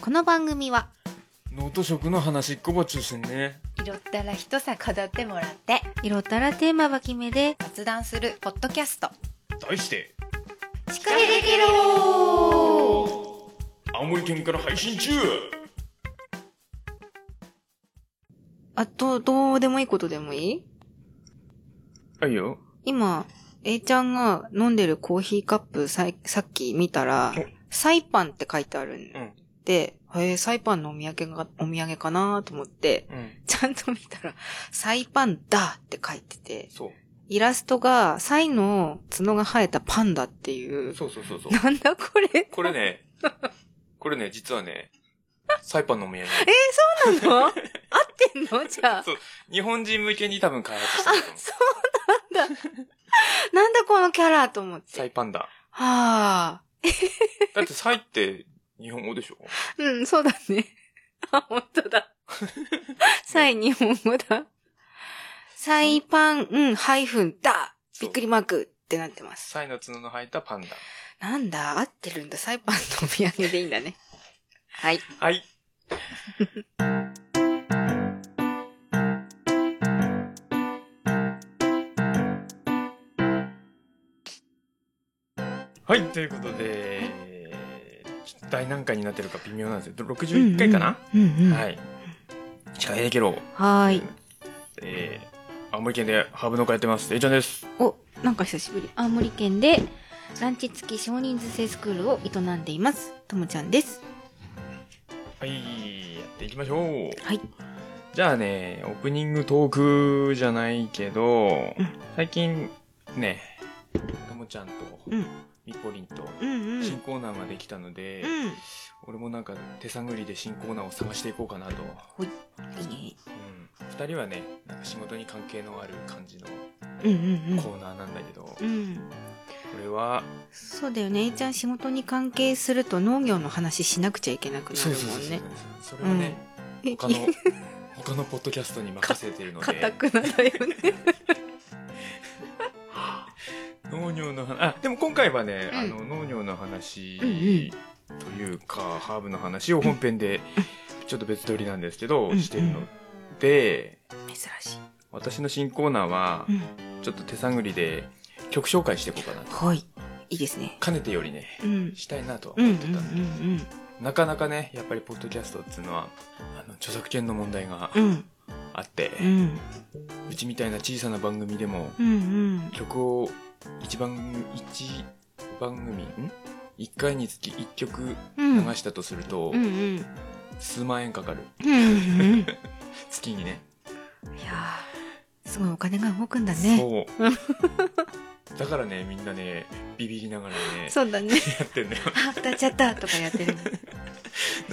この番組はノート食の話っこば中心ね色ったら一さ飾ってもらって色ったらテーマは決めで雑談するポッドキャスト題して仕掛けできる青森県から配信中あとどうでもいいことでもいいはいよ今 A ちゃんが飲んでるコーヒーカップさいさっき見たらうんサイパンって書いてあるんうんで、えーサイパンのお土産がお土産かなと思ってうんちゃんと見たらサイパンだって書いててそうイラストがサイの角が生えたパンダっていうそうそうそうそう なんだこれこれね これね実はねサイパンのお土産えー、そうなの 合ってんのじゃあ。そう日本人向けに多分開発したんだと思うなんだこのキャラと思っサて。イパンダはあ。だってサイって日本語でしょうん、そうだね。 あ、本当だ。 サイ日本語だ。サイパン、うん、ハイフン、だびっくりマークってなってます。サイの角の生えたパンダなんだ、合ってるんだ。サイパンのお土産でいいんだ ね。はい。はい はいということで、ちょっと第何回になってるか微妙なんですけど61回かな、うんうん。は。はいい近いでけろはーい。えー、青森県でハーブ農家やってますえいちゃんですお、なんか久しぶり。青森県で、ランチ付き少人数制スクールを営んでいます。ともちゃんです。はいやっていきましょうはい。じゃあね、オープニングトークじゃないけど、うん最近ね、ともちゃんとうんみこりんとうんうん。新コーナーができたので、うん。俺もなんか手探りで新コーナーを探していこうかなと。ほい。いいね。うん、二人はね、なんか仕事に関係のある感じのうんうんコーナーなんだけど、うん。うん。俺は、そうだよね。えいちゃん仕事に関係すると農業の話しなくちゃいけなくなるもんね。それをね、え他の、他のポッドキャストに任せてるので。硬くなだよね。農業の話あでも今回はね、うんあの農業の話うんうんというか、ハーブの話を本 編でちょっと別撮りなんですけど、うんしてるので珍しい。私の新コーナーはうん。ちょっと手探りで曲紹介していこうかなとはい。いいですね。かねてよりねうん。したいなとはうんうん思うっんてたんで、なかなかねやっぱりポッドキャストっていうのはあの著作権の問題がうん。うん。あって、うん。うちみたいな小さな番組でもうんうん。曲を一番一番組ん一回につき一曲うん。流したとすると、うんうん。数万円かかるうんうん。い月にねやー、すごいお金が動くんだね。そ うだからねみんなねビビりながらねそうだね。やってんだよ あ、歌っちゃったとかやってるの。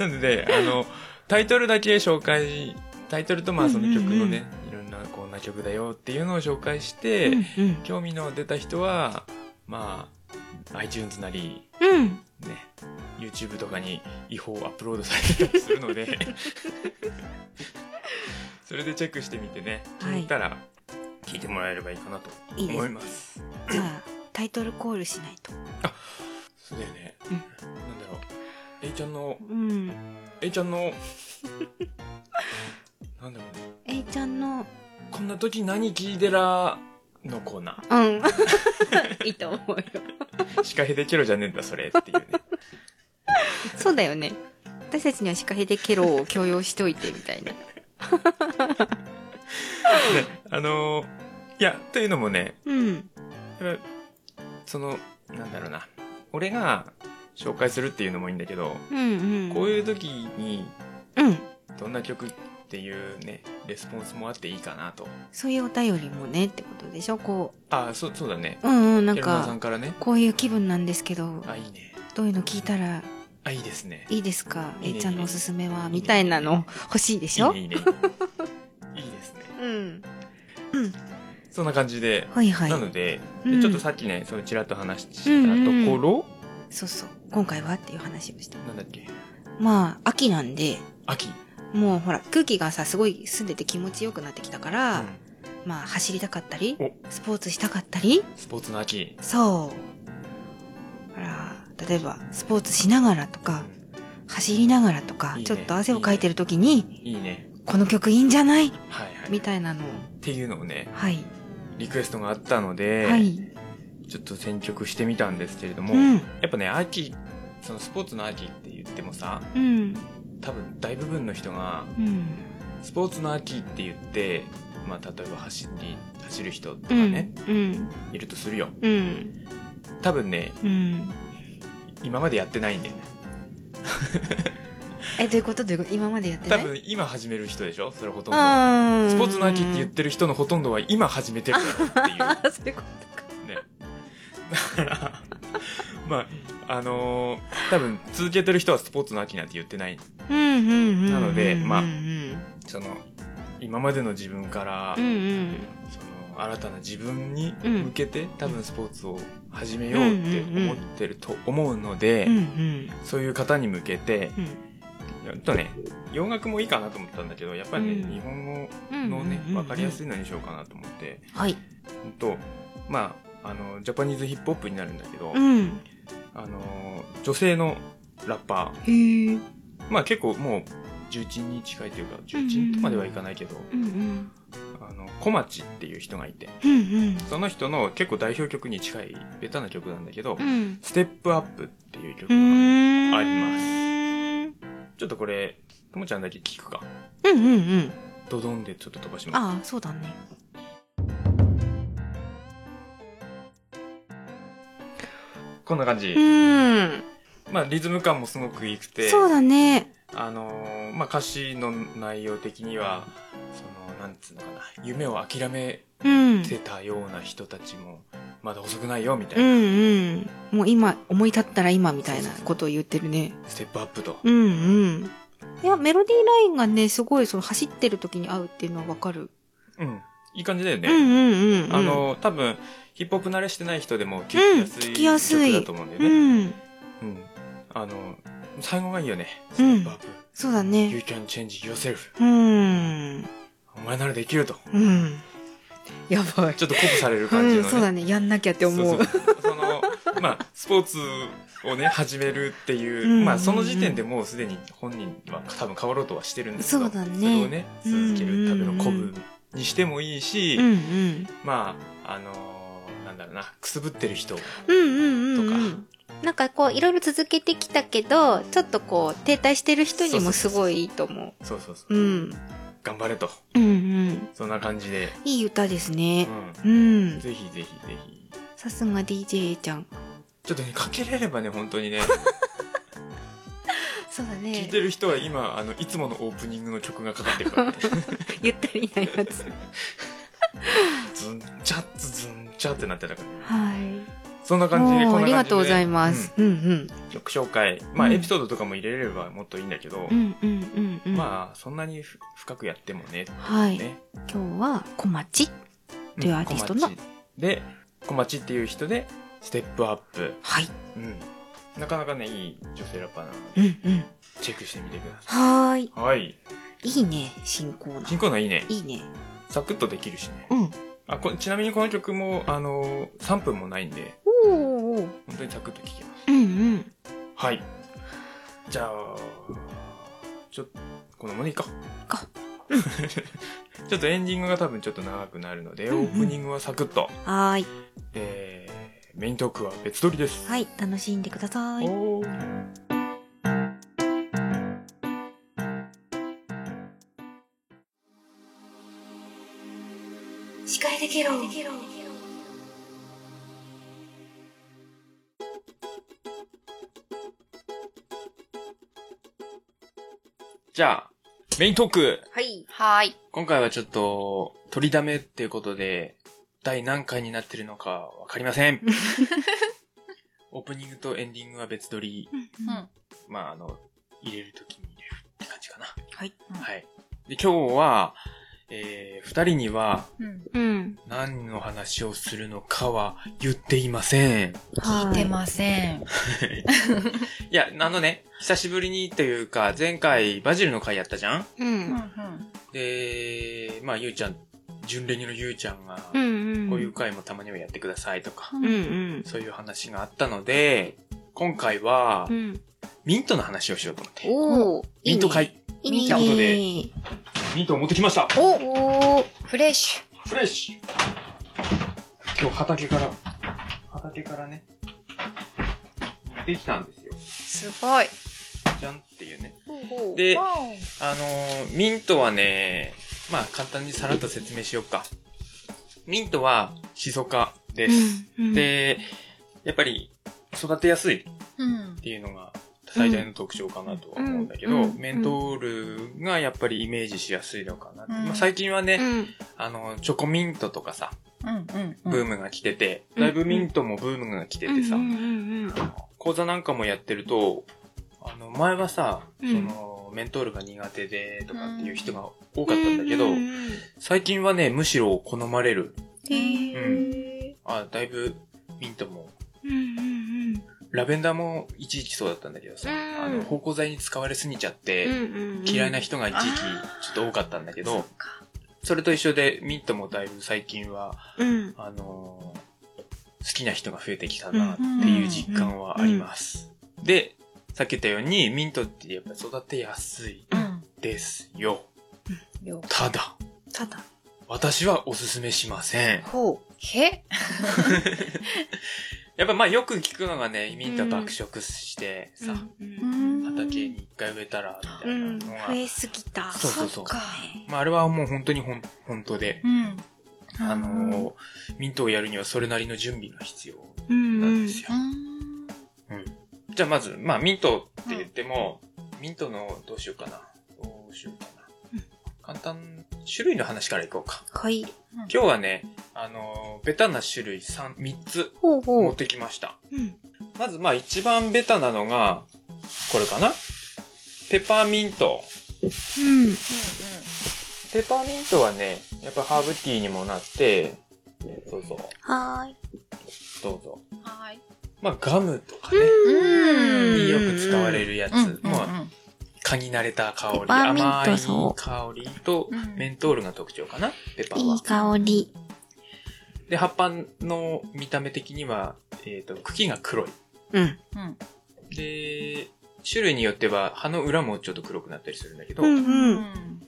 なのであのタイトルだけ紹介タイトルとまあその曲のね、いろんなこんな曲だよっていうのを紹介して、うんうん。興味の出た人はまあ iTunes なりうん。ね YouTube とかに違法アップロードされたりする のでそれでチェックしてみてねはい聞いたら聞いてもらえればいいかなといいで思いす。ますじゃあ、タイトルコールしないと。そうだよね。うんなんだろう。えいちゃんの、うん。えいちゃ んの、なんだろうね。えいちゃんの、こんな時何聞いてらのコーナうん。 いいと思うよ。ー。シカヘデケロじゃねえんだ、それ。っ ていうね。そうだよね。私たちにはシカヘデケロを強要しといてみたいな。あのーいや、というのもね、うん。やっぱその、なんだろうな。俺が紹介するっていうのもいいんだけど、うんうん。こうう。いう時にうん。どんな曲っていうね、レスポンスもあっていいかなと。そういうお便りもねってことでしょこああ、そう、そうだね。う。うんうん。なんエルマさかん、からね。こういう気分なんですけど、あ、いいね。どういうの聞いたらあ、いいですね。いいですかいいえねいちゃんのおすすめいいはねみたいなの欲しいでしょいいね、いい ね。いいですね。うん。そんな感じで、はいはいな。ので、うんちょっとさっきね、そのちらっと話したところ、そうそう。今回はっていう話をした。なんだっけ、まあ、秋なんで、秋。もうほら、空気がさ、すごい澄んでて気持ちよくなってきたから、うんまあ、走りたかったりお、スポーツしたかったり、スポーツの秋。そう。ほら、例えば、スポーツしながらとか、走りながらとか、いいねちょっと汗をかいてる時に、いいね。この曲いいんじゃないはいはい。っみたいなのを、ていうのをね、はい。リクエストがあったので、はい。ちょっと選曲してみたんですけれども、うん。やっぱね、秋、そのスポーツの秋って言ってもさ、うん。多分大部分の人が、うん。スポーツの秋って言って、まあ例えば走り、走る人とうかねん、。うん。いるとするよ。うん。多分ね、うん。今までやってないんだよね。え、どういうことどういうこと今までやってな多い分今始める人でしょそれほとんど。あースポーツの秋って言ってる人のほとんどは今始めてるだろうっていう。あーそういうことか。ね。だから、まあ、あのー多分続けてる人はスポーツの秋なんて言ってない。うんうんうんうん。なのでまあうんうんその、今までの自分から、うんうん。その、新たな自分にうん向けて、多分スポーツを始めようって思ってると思うので、うんうんそういう方に向けて、うんちょっとね、洋楽もいいかなと思ったんだけど、やっぱりね、うん日本語うん。のね、わかりやすい。いのにしようかなと思って、はい。ほんと、まあ、あの、ジャパニーズヒップホップになるんだけど、うん。あのー女性のラッパへえ。ーまあ結構もう重鎮に近いというか重鎮とまではいかないけど、うんうん。あの小町っていう人がいてうんその人の結構代表曲に近いベタな曲なんだけど「うん。うん。ステップアップっていう曲うがん。ありますす。ちょっとこれともちゃんだけ聞くかうんうんうん。ドドンでちょっと飛ばしますああ、そうだね。こんな感じ、うん。まあリズム感もすごくいいくてそうだね。あのーまあ歌詞の内容的にはそのなんつうのかな夢を諦めうん。てたような人たちもまだ遅くないよみたいうんな、うん。もう今、思い立ったら今みたいなことを言ってるね。ステップアップと、うんうん。いや、メロディーラインがね、すごい、その、走ってる時に合うっていうのはわかる。うん、いい感じだよね、うんうんうん。あ、の多分ヒップホップ慣れしてない人でも聞きやすうん聞きやすいい曲だと思うんだようね、ん。うんあの最後がいいよねスうテんップアップ、そうだ You ね。 can change yourself うん。お前ならできるとうん。やばい。ちょっと鼓舞される感じのうね、ん、そうだね。やんなきゃって思う。そうそうそのまあスポーツをね始めるっていう、うんまあその時点でもうすでに本人は多分変わろうとはしてるんですけそどうだねれをね続けるための鼓うんうん舞にしてもいいし、うんうん。まああのーなんだろうなくすぶってる人うんうんうん、うとん。なんかこう、いろいろ続けてきたけど、ちょっとこう、停滞してる人にもすごいいいと思そうそうそうう。うん。頑張れとうんうん。そんな感じで、いい歌ですうね。ん、うん。ぜひぜひぜひさすが DJ ちゃん。ちょっとねかけれればね本当にねそうだ聞いねて。る人は今あのいつものオープニングの曲がかかってるからねゆったりなやつ。ズンチャッツズンチャってなってたからはい。そんなお感じでこんなー感じでありがとうございます。、うんうん曲紹介まあ、うんエピソードとかも入れればもっといいんだけど、うん。うんうんうんうん。まあそんなにふ深くやってもねあ、はい。ね今日は、小町。というアーティストのうん小町で小町っていう人でステップアップ、はい。うん、なかなかねいい女性ラッパーなのでうんうん。チェックしてみてくださはーい。いはいいいね、新コーナ新ー。コーナーいいねいいね。サクッとできるしねうん。あこちなみにこの曲もあのー3分もないんでおーおー。本当にサクッと聴けまうすんうん。はいじゃあちょっとこのままでいいかか ちょっとエンディングが多分ちょっと長くなるので、うんうんオープニングはサクッと、はーい。えー、メイントークは別撮りです、はい、楽しんでください。おー司会できろ。じゃあメイントークはい。はい。今回はちょっと取りだめっていうことで第何回になってるのかわかり ませんオープニングとエンディングは別撮りうん。はまあ、あの、入れるときに入れるって感じかな。はい。はい。で、今日は、えー、二人にはうん。何の話をするのかは言っていません。聞いてません。いや、あのね、久しぶりにというか、前回バジルの回やったじゃんす。うん。で、まあ、ゆうちゃん、準レギュのゆうちゃんが、うんうん。こういう回もたまにはやってくださいとか、うんうん。そういう話があったので、今回はう、ん。ミントの話をしようと思って。おお。ミント会。いいね。ミントいいねとミントを持ってきましたおおフレッシュフレッシュ今日畑から、畑からね、持ってきたんですよ。すごいじゃんっていうね。ほうで、わあのーミントはね、まあ簡単にさらっと説明しようか。ミントはシソ科です。うんうんで、やっぱり育てやすいっおうんていうのが最大の特徴かなとは思うんだけど、うんうんメントールがやっぱりイメージしやすいのかなって。うんまあ、最近はね、うん。あの、チョコミントとかさ、うんうんブームが来てて、うんだいぶミントもブームが来ててさ、うんうんうん講座なんかもやってると、あの、前はさ、うんその、メントールが苦手でとかっていう人が多かったんだけど、うんうんうん最近はね、むしろ好まれる。へーあ、だいぶミントも、うんうんラベンダーも一時期そうだったんだけどさ、うんあの、芳香剤に使われすぎちゃって、うん嫌いな人が一時期あーちょっと多かったんだけそどっ、かそれと一緒でミントもだいぶ最近は、うん。あのー好きな人が増えてきたなっていう実感はあります。で、さっき言ったように、ミントってやっぱ育てやすいうんですよ。よただ、ただ。私はおすすめしません。ほうへやっぱまあよく聞くのがね、ミントは爆食してさ、うん畑に一回植えたら、みたいなのが。増えすぎた。そうそうそうっかまああれはもう本当にほん、本当で、うんあのーミントをやるにはそれなりの準備が必要うんなんですよ。うんじゃあまず、まあミントって言っても、ミントのどうしようかな。どうしようかうな。ん簡単、種類の話からいこうか。はい。今日はね、あのーベタな種類3、3つほう持ほってきました。う。うん。まずまあ一番ベタなのが、これかな。ペパーミント。うん。ペパーミントはね、やっぱハーブティーにもなって、どうぞ、はーい。どうぞ。うんはーいまあガムとかね、うんによく使わる。れるやつ。うんまあ蚊に慣れた香り、ペパーミン甘トいそう香りとうんメントールが特徴かな、ペパーいいは。香り。で、葉っぱの見た目的には、えっ、と、茎が黒い。うん。うんで、種類によっては葉の裏もちょっと黒くなったりするんだけど、うんううんん。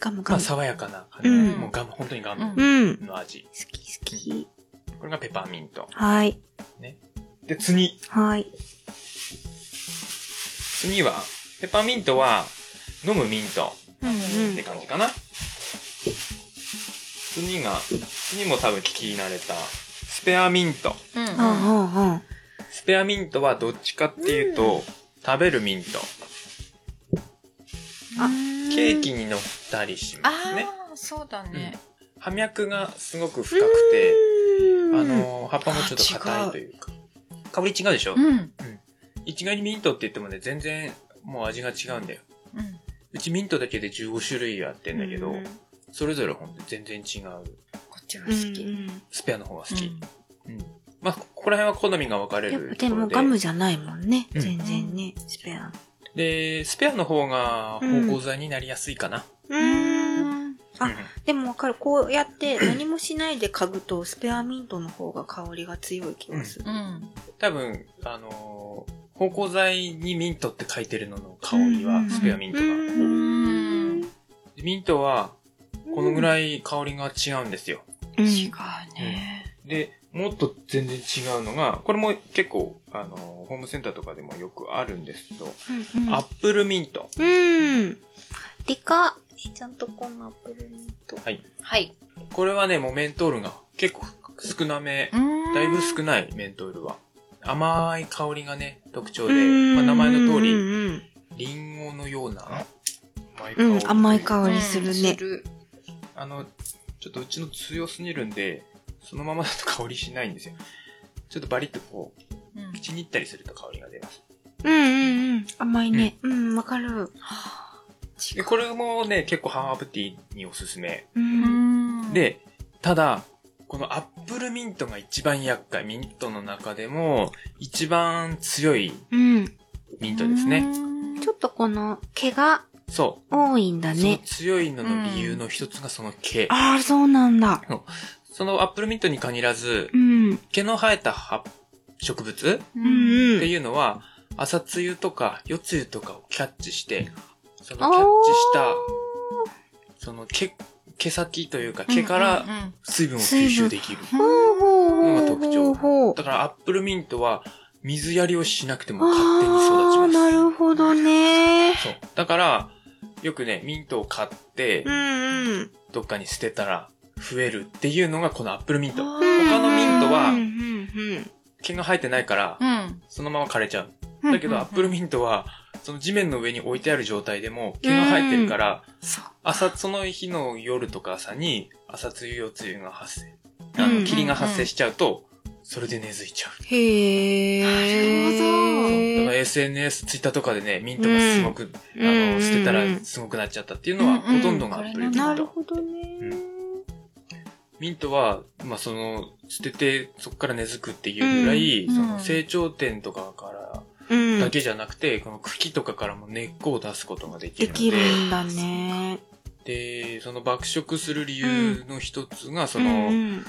ガムまガあム。爽やかな感じ、うんもうガム、本当にガうムうん。好の味。き好き。これがペパーミント。はい。で、次。はい。次は、ペパーミントは飲むミントうんうってん。感じかな。次が、次も多分聞き慣れた、スペアミント。うんうんああ、あスペアミントはどっちかっていうと、食べるミント。あケーキに乗ったりしますね。ああそうだね葉脈がすごく深くて、あのー、葉っぱもちょっと硬いというか。香り違うでしょ、うん一概にミントって言ってもね、全然もう味が違うんだよ。うんうちミントだけで15種類あってんだけど、それぞれほんと全然違う。こっちが好好き。きスペアの方が好き。うんうん。まあ、ここら辺は好みが分かれやっるぱとでころもで。ガムじゃないもんね。うん全然ね。スペア。で、スペアの方が芳香剤になりやすいかな。ううんあうんでもわかる。こうやって何もしないで嗅ぐと、スペアミントの方が香りが強い気がする。うん多分、あのー、芳香剤にミントって書いてるのの香りうは、んスペアミントが。んでミントは、このぐらい香りが違うんですよ。うん。違うねで、もっと全然違うのが、これも結構、あのー、ホームセンターとかでもよくあるんですけど、うんアップルミント。うん。でかっえちゃんとこのアップルミント。はい。はいこれはね、もうメントールが結構少なめ、だだいぶ少ないメントールは。甘い香りがね、特徴うで、んまあ、名前の通うり、んリンゴのような甘いうん、うん甘い香り香りするね。あの、ちょっとうちの強すぎるんで、そのままだと香りしないんですよ。ちょっとバリッとこう、口に行ったりすると香りが出ます。うんうんうん。甘いね。うん、わかる。で、これもね、結構ハーブティーにおすすめ。うん。で、ただ、このアップルミントが一番厄介。ミントの中でも、一番強いうん。ミントですね。ちょっとこの毛がそ多いんう。だそのね。強いのの理由の一つがその毛。ああ、そうなんだ。そのアップルミントに限らずう、ん。毛の生えた葉っ植物ううんん。ってうん。いうのは、朝露とか夜露とかをキャッチして、そのあーキャッチした、その毛、毛先というか毛からうんうん水分を吸収できる。うんほうほうのがほう特ほう徴ほう。だからアップルミントは水やりをしなくても勝手に育ちああ、ます。なるほどね。そう。だから、よくね、ミントを買ってう、んうん。どっかに捨てたら増えるっていうのがこのアップルミント。他のミントはうんうん毛が生えてないからう、ん。そのまま枯れちゃう。うん。だけど、アップルミントは、その地面の上に置いてある状態でも、毛が生えてるから、そう朝、その日の夜とか朝に、朝露、夜露が発生。うんあの、霧が発生しちゃうと、それで根付いちゃう。へだからえ。 SNS、ツイッターとかでね、ミントがすごく、あうんの、捨てたうらんすごくなっちゃったっていうのは、うんほとんどがアップルミンなるト。ほどね。ミントは、まあ、その、捨てて、そこから根付くっていうぐらい、うんそうんの成長点とかから、うん。だけじゃなくて、この茎とかからも根っこを出すことがでできるので、きるんだね。で、その爆食する理由の一つが、その、うん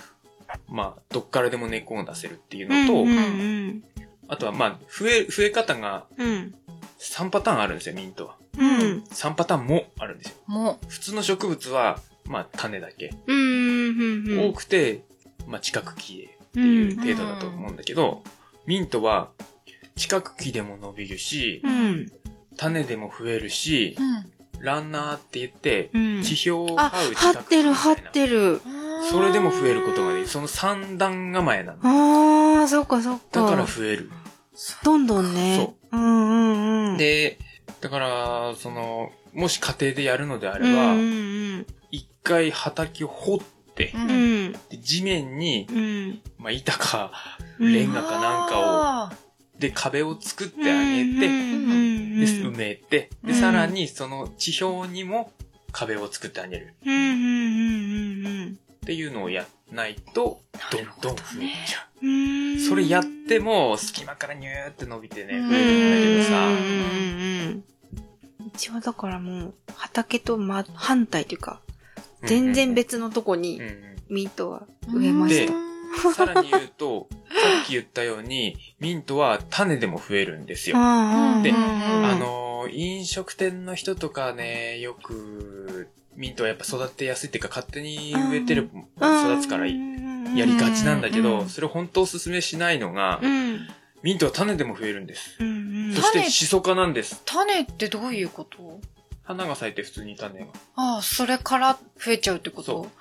まあ、どっからでも根っこを出せるっていううんのと、うんうんあとはまあ、増え、増え方がうん。 3パターンあるんですよ、ミントは。うん。 3パターンもあるんですよ。も普通の植物は、まあ、種だけ。うんうんうん。多くて、まあ、近く木へてっていう程度だと思うんだけど、ミントは、近く木でも伸びるしう、ん。種でも増えるしう。う、ん。ランナーって言って、うん。地表をあ、這う張近っく木みてたいるな。張ってる。それでも増えることができる。その三段構えなの。ああ、そっかそっだからか。増える。どんどんね。うんうんうん。で、だから、その、もし家庭でやるのであうれんばう、ん一回畑を掘って、うん。う。うんんで地面に、うん。まあ、板か、うんレンガかなんかを、あで、壁を作ってあげて、うんうんで、埋めて、うんで、さらにその地表にも壁を作ってあげるうんうんうんうんっていうのをやらないと、どんどん増えちゃうんうん。うう。んそれやって、も、隙間からニューって伸びてね、うん増うんえるんだけどうさ、んうん。うちはだからもう、畑と真反対というか、全然別のとこうんにうん。うんミートは植えまししでた。うんさらに言うと、 さっき言ったように、ミントは種でも増えるんですよ。ああであのー、飲食店の人とかね、よく、ミントはやっぱ育てやすいっていうか、勝手に植えてる、育つからややりがちなんだけうど、んそれ本当おすすめしないのがう、ん。ミントは種でも増えるんです。うんうんそして、種シソ科なんです。種ってどういうこと花が咲いて普通に種が。ああ、それから増えちゃうってことそう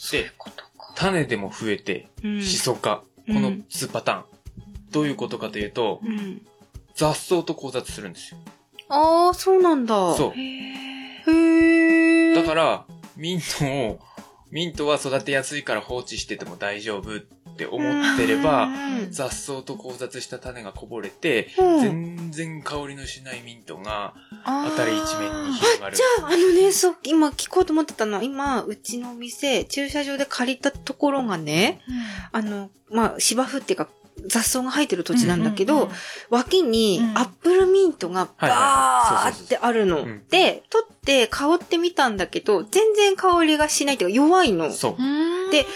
そでういうことか。種でも増えて、うんシソ科。うんこの2パターン。どういうことかというと、うん。雑草と交雑するんですよ。ああ、そうなんだ。そうう。へえ。だから、ミントを、ミントは育てやすいから放置してても大丈夫って思ってれうば、ん雑草と交雑した種がこぼれて、うん全然香りのしないミントがあ当ーたり一面に広がるじ。ゃあ、あのね、そう、今聞こうと思ってたの。今、うちのお店、駐車場で借りたところがね、あの、まあ、芝生っていうか、雑草が生えてる土地なんだけど、、脇にうんアップルミントがはいはいはバーいそうそうそうってあるのうん。で、取って香ってみたんだけど、全然香りがしないっていうか弱いの。そうう。んうんで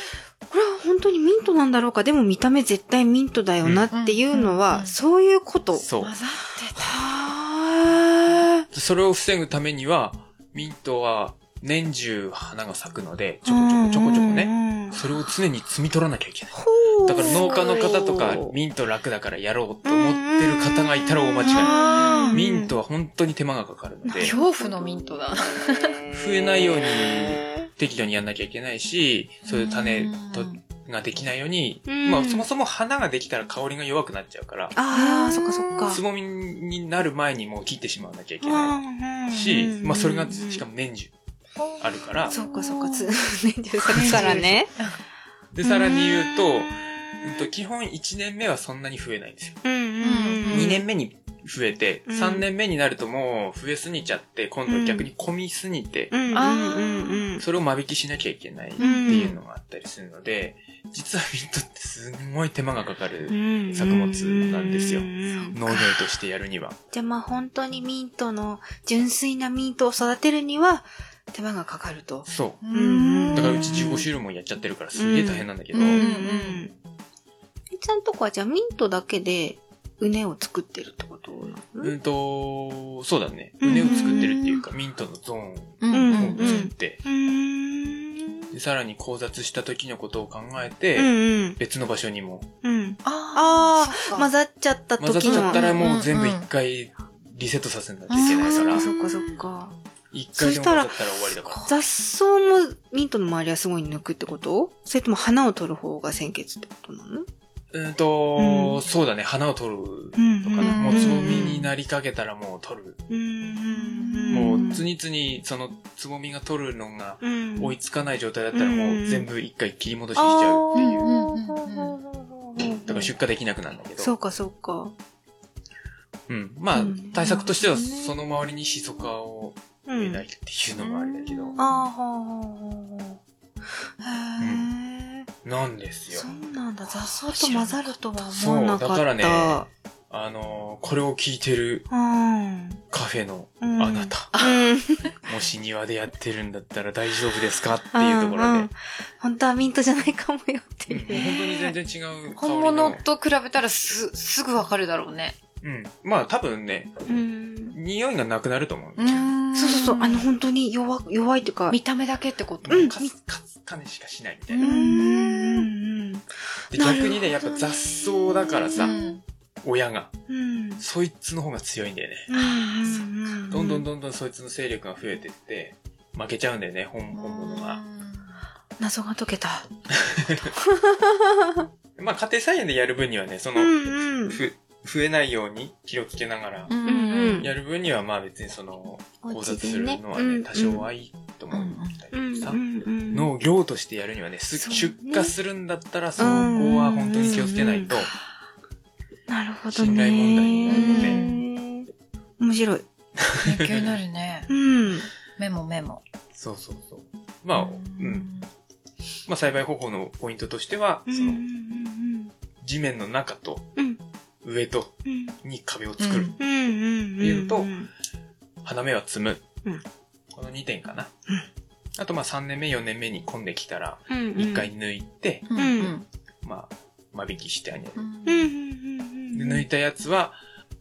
これは本当にミントなんだろうかでも見た目絶対ミントだよなっていうのうんうは、んそういうこと。そう混。ざってた。はそれを防ぐためには、ミントは年中花が咲くので、ちょこちょこちょこちょこね。ねそれを常に摘み取らなきゃいけない。ほうだから農家の方とか、ミント楽だからやろうと思ってる方がいたら大間違あーい。ミントは本当に手間がかかるので、恐怖のミントだ。増えないように適度にやんなきゃいけないし、そういう種とができないように、うんまあそもそも花ができたら香りが弱くなっちゃうから、ああ、そっかそっか。つぼみになる前にもう切ってしまわなきゃいけなあーいしうん、まあそれがしかも年中あるから、そうかそうか、つ、 年中咲くからね。で、さらに言うと、うんと、基本1年目はそんなに増えないんですよ。うんうん。 2年目に増えて、うん3年目になるともう増えすぎちゃって、今度は逆に混みすぎて、うんうんうんうん。それを間引きしなきゃいけないってんいうのがあったりするので、実はミントってすんごい手間がかかる作物なんですようううん農業としてやるには。じゃあまあ本当にミントの、純粋なミントを育てるには手間がかかると。そんう。だからうち15種類もやっちゃってるからすげえ大変なんだけど、うんうんん。ちゃんとこはじゃあミントだけで、うねを作ってるってことなの、うんと、そうだね。うん畝を作ってるっていうか、ミントのゾーンうんうんうんを作って、うーん。でさらに交雑した時のことを考えて、うんうん。別の場所にもうん。ああーそっか混ざっちゃった時の。混ざっちゃったらもう全部うん一うん回リセットさせないといけないかあらー、そっかそっか。一回でも混ざったら終わりだから。雑草もミントの周りはすごい抜くってことそれとも花を取る方が先決ってことなのうんと、うんそうだね、花を取るうんとかね、うんもうつぼみになりかけたらもう取る。うんうん。もんう次々そのつぼみが取るのがうん追いつかない状態だったらもう全部一回切り戻ししあちゃう。ーっていうだから出荷できなくなるんだけそどう。かそうか。うん。まあうん、対策としてはなるほどねその周りにシソ科をう植えん。ないっていうのもありだけど。ああ、ほうほうほうへえ、なんですよそ。うなんだ。雑草と混ざるとは思そわう、なだかった。からね、あのー、これを聞いてるうん。カフェのうん。あなた。うん。もし庭でやってるんだったら大丈夫ですかっていうところんでん。本当はミントじゃないかもよってうんいう。本当に全然違う香りの。本物と比べたらす、すぐわかるだろうね。うん。まあ多分ね、うん。匂いがなくなると思う。そうそうそう。あの、の、本当に弱、弱いっていうか。見た目だけってことうんカスカス金しかしないみたういんな。うん。でなるほどね逆にね、やっぱ雑草だからうさ、ん。親が、うん。そいつの方が強いんだよね。うん。どんどんどんどんそいつの勢力が増えてって、負けちゃうんだよね、本本物が。謎が解けた。まあ家庭菜園でやる分にはね、そうの、んうん。ふ増えないように気をつけながらう、ん。ううんん。やる分にはまあ別にその、お家考察でするのはうんうね、ん多少はいいと思うんだけうどんうさ、んうん。農業としてやるにはね、すそう出ね荷するんだったらそこは本当に気をつけないと、なるほどね。信頼問題になるので面白い。勉強になるねう。ん。メモメモ。そうそうそう。まあ、うん。。まあ栽培方法のポイントとしては、その地面の中とうん上とうんに壁を作る。うんうん。花芽は摘む。うんこの2点かな。うんあとまあ3年目、4年目に混んできたら、うん。 1回。抜いて、うん。うんまあ、間引きしてあげる。うんうんうん。で抜いたやつは、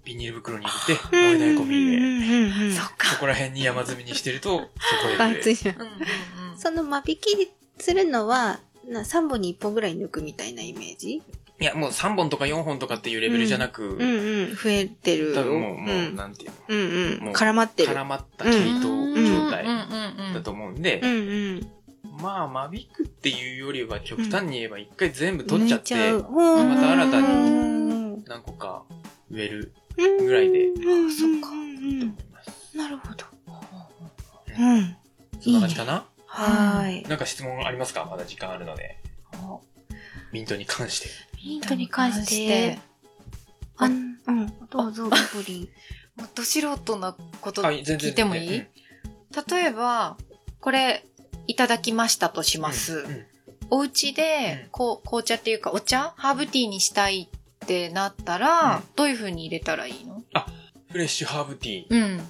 ビニール袋に入れて、う燃えんないゴミ入れ。うんうん。そっそか。こら辺に山積みにしてると、そ こへあ入れる。ついじゃんうんうんうんその間引きするのは、な3本に1本ぐらい抜くみたいなイメージいや、もう3本とか4本とかっていうレベルじゃなく、うんうん。増えてるよ。多分もう、もう、んなんていうの、うんうもん。う絡まってる。絡まった系統状態うんうんうんうだんと思うんで、うんうん。まあ、間引くっていうよりは極端に言えば一回全部取っちゃって、抜いうほうまた新たに。何個か植えるぐぐらいでうん、あそっかうんうと思いんます。なるほど。うんうん。そんな感じかな、はーい。なんか質問ありますかまだ時間あるので。おミントに関して。ミントに関して、あん、うん、どうぞ、ブリン。もうど素人なことあ、全然。聞いてもいい、うん例えば、これ、いただきましたとします。うんうんお家でうん、こう、紅茶っていうか、お茶ハーブティーにしたいってなったうら、んどういう風に入れたらいいのフレッシュハーブティー。うん。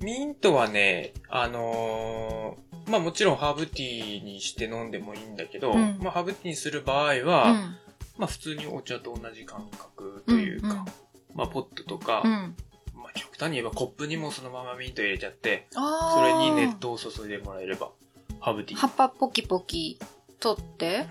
ミントはね、あのーまあもちろんハーブティーにして飲んでもいいんだけど、うんまあハーブティーにする場合うは、ん。まあ普通にお茶と同じ感覚というか、まあポットとか、うん。うん。まあ極端に言えばコップにもそのままミント入れちゃって、あそれにね熱湯を注いでもらえれば、ハーブティ葉ー。っぱポキポキ取って。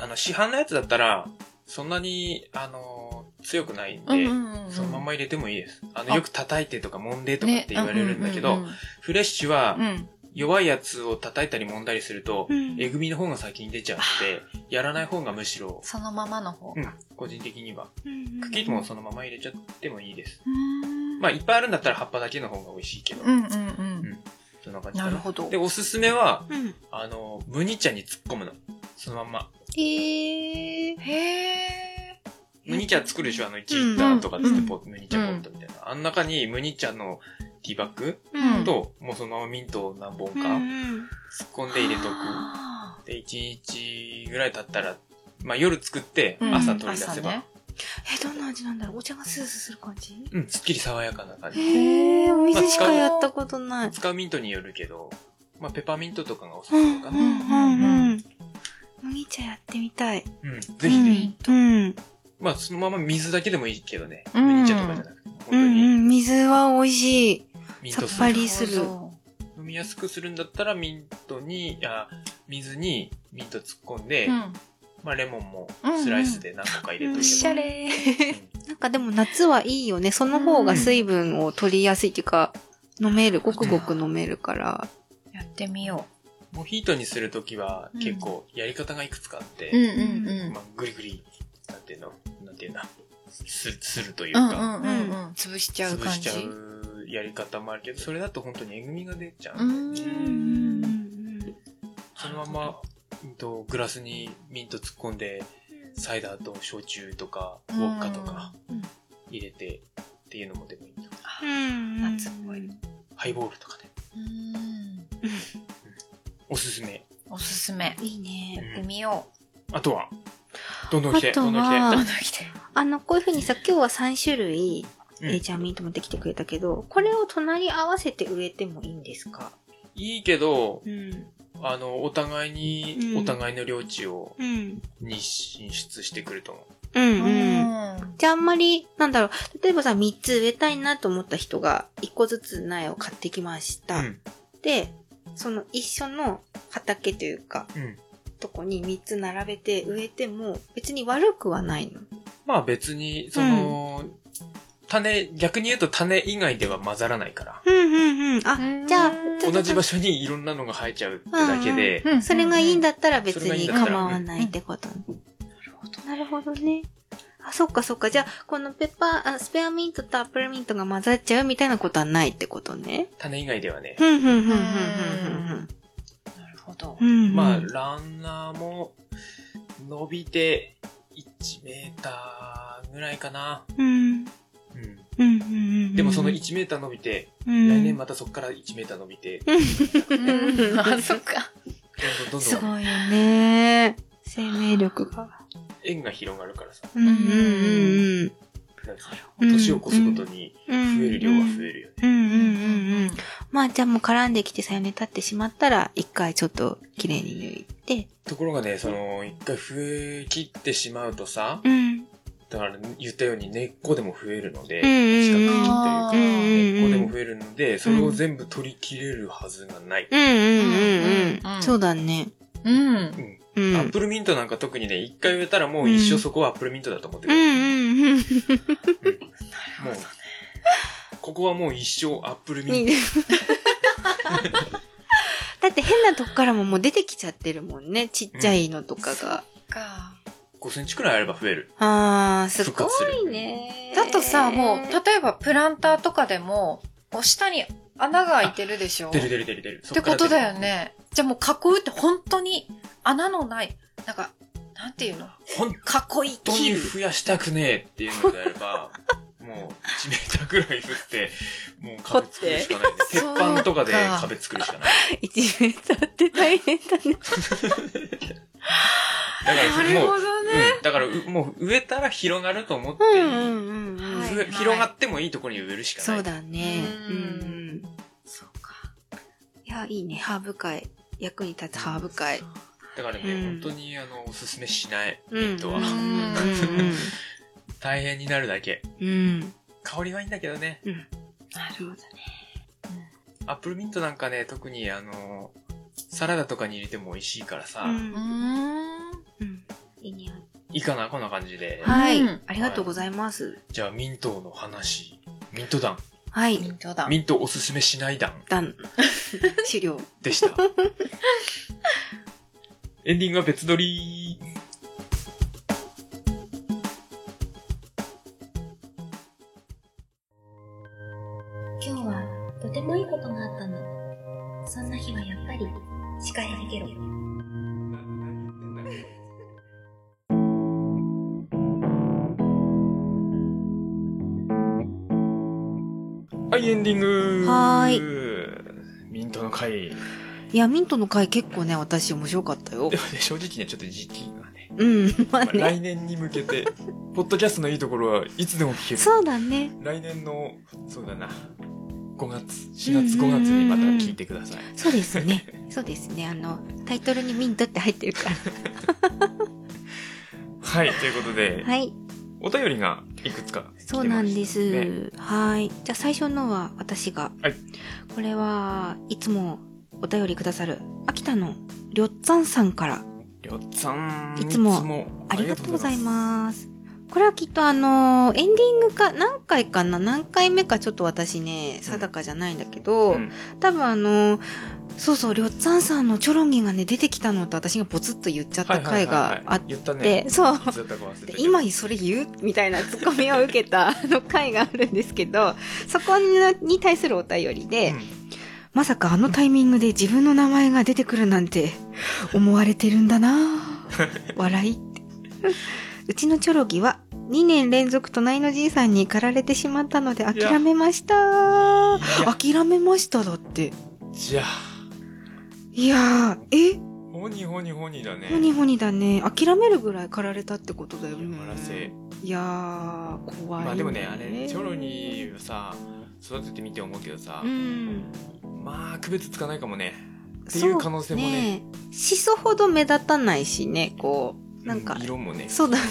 あの、市販のやつだったら、そんなに、あのー強くないんで、んそのまま入れてもいいです。あの、あよく叩いてとか揉んでとかって言われるんだけうどん、フレッシュうんうんはうんうん弱いやつを叩いたり揉んだりすると、うんえぐみの方が先に出ちゃうので、やらない方がむしろ、そのままの方うが。ん、個人的には。うん茎もそのまま入れちゃってもいいです。うんまあ、いっぱいあるんだったら葉っぱだけの方が美味しいけど、うんうんうん。そんな感じかななるほどで、。おすすめは、うん。あの、麦茶に突っ込むの。そのまんま。へー。へー。麦茶作るでしょあの、1リッターとかつってポ、麦茶ポットみたいな。あん中に麦茶のティーバッグうんと、もうそのままミントを何本かうん突っうん込んで入れとあく。で、1日ぐらい経ったら、まあ夜作ってーうん朝取り出せ朝ばね、え、どんな味なんだろうお茶がスースーする感じうん、すっきり爽やかな感じ。へー、お店しかやったことない。使うミントによるけど、まあペパーミントとかがおすすめかうな。んうんうん。麦茶やってみたい。うん、ぜひぜひ。うん。うんまあ、そのまま水だけでもいいけどね。うん麦茶とかじゃなくて。本う当んうにん、水は美味しい。ミントさっ水ぱりする飲みやすくするんだったら、ミントに、あ、水にミント突っ込んで、うん。まあ、レモンもスライスで何個か入うんうれといて、うんんおしゃれ。なんかでも夏はいいよね。その方が水分を取りやすいっていうか、飲める、ごくごく飲めるから。やってみよモヒートにするときはうん結構やり方がいくつかあって、う。うんうんうまあ、ぐりぐり、なんていうの、なんていうんだ、すするといううか、んうんうんううん。潰しちゃう潰感しちじゃ。うやり方もあるけど、それだと本当にえぐみが出ちゃうう。。うんんそのまま、うんと、グラスにミント突っ込んで、サイダーと焼酎とか、ウォッカとかうん入れてっていうのもでもいいよ。うん夏っぽい。ハイボールとかね、うん。おすすめ。おすすめ。いいね。やってみよあとは、どんどん来て、あとはどんどん来て。う。あどんどん来て。あの、こういう風にさ、今日は3種類、うんえージャーミント持ってきてくれたけど、これを隣合わせて植えてもいいんですかいいけどう、ん。あの、お互いにう、んお互いの領地を、うん。に進出してくると思うう。んうん。ん。じゃああんまり、なんだろう、例えばさ、3つ植えたいなと思った人が、1個ずつ苗を買ってきました。うん。で、その一緒の畑というか、うん。とこに3つ並べて植えても、別に悪くはないの。まあ別に、その、種、逆に言うと種以外では混ざらないから。うんうんうん。あ、じゃあ、ちょっと同じ場所にいろんなのが生えちゃうってだけで、うんそれがいいんだったら別それがいにいんだったら構わないってことね。なるほど。なるほどね。あ、そっかそっか。じゃあ、このペッパー、あスペアミントとアップルミントが混ざっちゃうみたいなことはないってことね。種以外ではね。ふんふんふんふんなるほどふんふんふ。ん。うん。まあ、ランナーも伸びて1メーターぐらいかな。うん。うん。うんうんうんうんでもその1メーター伸びて、うん来年またそこから1メーター伸びて、どんうん。 あ、そっか。どんどんすどんごいよね。生命力が。円が広がるからさ、うんうんうんなんかうん。年を越すことに増増える量が増える。るよね。うんうんうんうん。まあじゃあもう絡んできてさよね立ってしまったら、一回ちょっと綺麗に抜いて。ところがね、その、一回増え切ってしまうとさ、うん。だから言ったように根っこでも増えるので、うんうん近くにというあか根ー、っこでうんも増えるので、それを全部取り切れるはずがない。うんうんうんううんん。そうだね。うん。うんうアん。ップルミントなんか特にね、一回植えたらもう一生そこはアップルミントだと思ってうる。んうんうん。もう、ここはもう一生アップルミント。だって変なとこからももう出てきちゃってるもんね。ちっちゃいのとかが。か。 5センチくらいあれば増える。あー、す復ご活するいね。だとさ、もう、例えばプランターとかでも、お下に穴が開いてるでしょ出る出る出る出る。ってことだよね。ね。じゃあもう囲うって本当に穴のない、なんか、なんていうの本囲い当切にる。増やしたくねえっていうのであれば、もう1メーターくらい振って、もう壁作るしかないね。鉄掘って板とかでそうか壁作るしかない。 1メーターって大変だね。だからそれもう、ど。うん、だからうもう植えたら広がると思って、んうはいふえ広がってもいいところに植えるしかない。そうだね。ううんんうん。そうか。いや、いいね。ハーブ会。役に立つハーブ会。だからね、うん本当にあの、おすすめしない、ミうん。ントうは。ん大変になるだけ。うんうん。なる香りはいいんだけどね。ほどね。アップルミントなんかね、特にあの、サラダとかに入れても美味しいからさ、うんうーん。うん。いい匂い。いいかな、こんな感じで。はいうん。ありがとうございます。じゃあ、ミントの話。ミント団。はい。ミントだ。ミントおすすめしない団ダ ン。終了。でした。エンディングは別撮り。今日はとてもいいことがあったの。そんな日はやっぱり、シカヘルゲロ。はい、エンディング。はーミントの回。いや、ミントの回結構ね、私面白かったよで。もね、正直ね、ちょっと時期がね、うん。まあまあね。来年に向けて、ポッドキャストのいいところはいつでも聞ける。そうだね。来年の、そうだな、5月、4月5月にまた聞いてください。そうですね。 そうですね。あの、タイトルにミントって入ってるかはい、ということで、ら。はい。お便りがいくつか来てそまうしたねなんです。はい。じゃあ最初のは私が。はいこれはいつもお便りくださる秋田のりょっざんさんからりょっさん、いつもあありりががととうごうござざいいます。ます。これはきっとあのーエンディングか、何回かな何回目かちょっと私ね、定かじゃないんだけど、うん多分あのーそうそう、りょっざんさんのチョロギンがね、出てきたのって私がポツッと言っちゃった回があっ言ったてね、。そう。いつだったか忘れたでけど今それ言うみたいなツッコミを受けたあの回があるんですけど、そこに対するお便りで、うんまさかあのタイミングで自分の名前が出てくるなんて思われてるんだ なぁ笑いって。うちのチョロギは2年連続隣のじいさんに駆られてしまったので諦めました。いや諦めましただって。じゃあ、いやー、えほにほにほにだね。ほにほにだね。諦めるぐらい駆られたってことだよね。やらせ。いやー、怖い、まあでもね、あれ、チョロニーをさ、育ててみて思うけどさう、ん。まあ、区別つかないかもね。っていう可能性もねそう。しそほど目立たないしね、こう、なんかう。色もね、そうだね。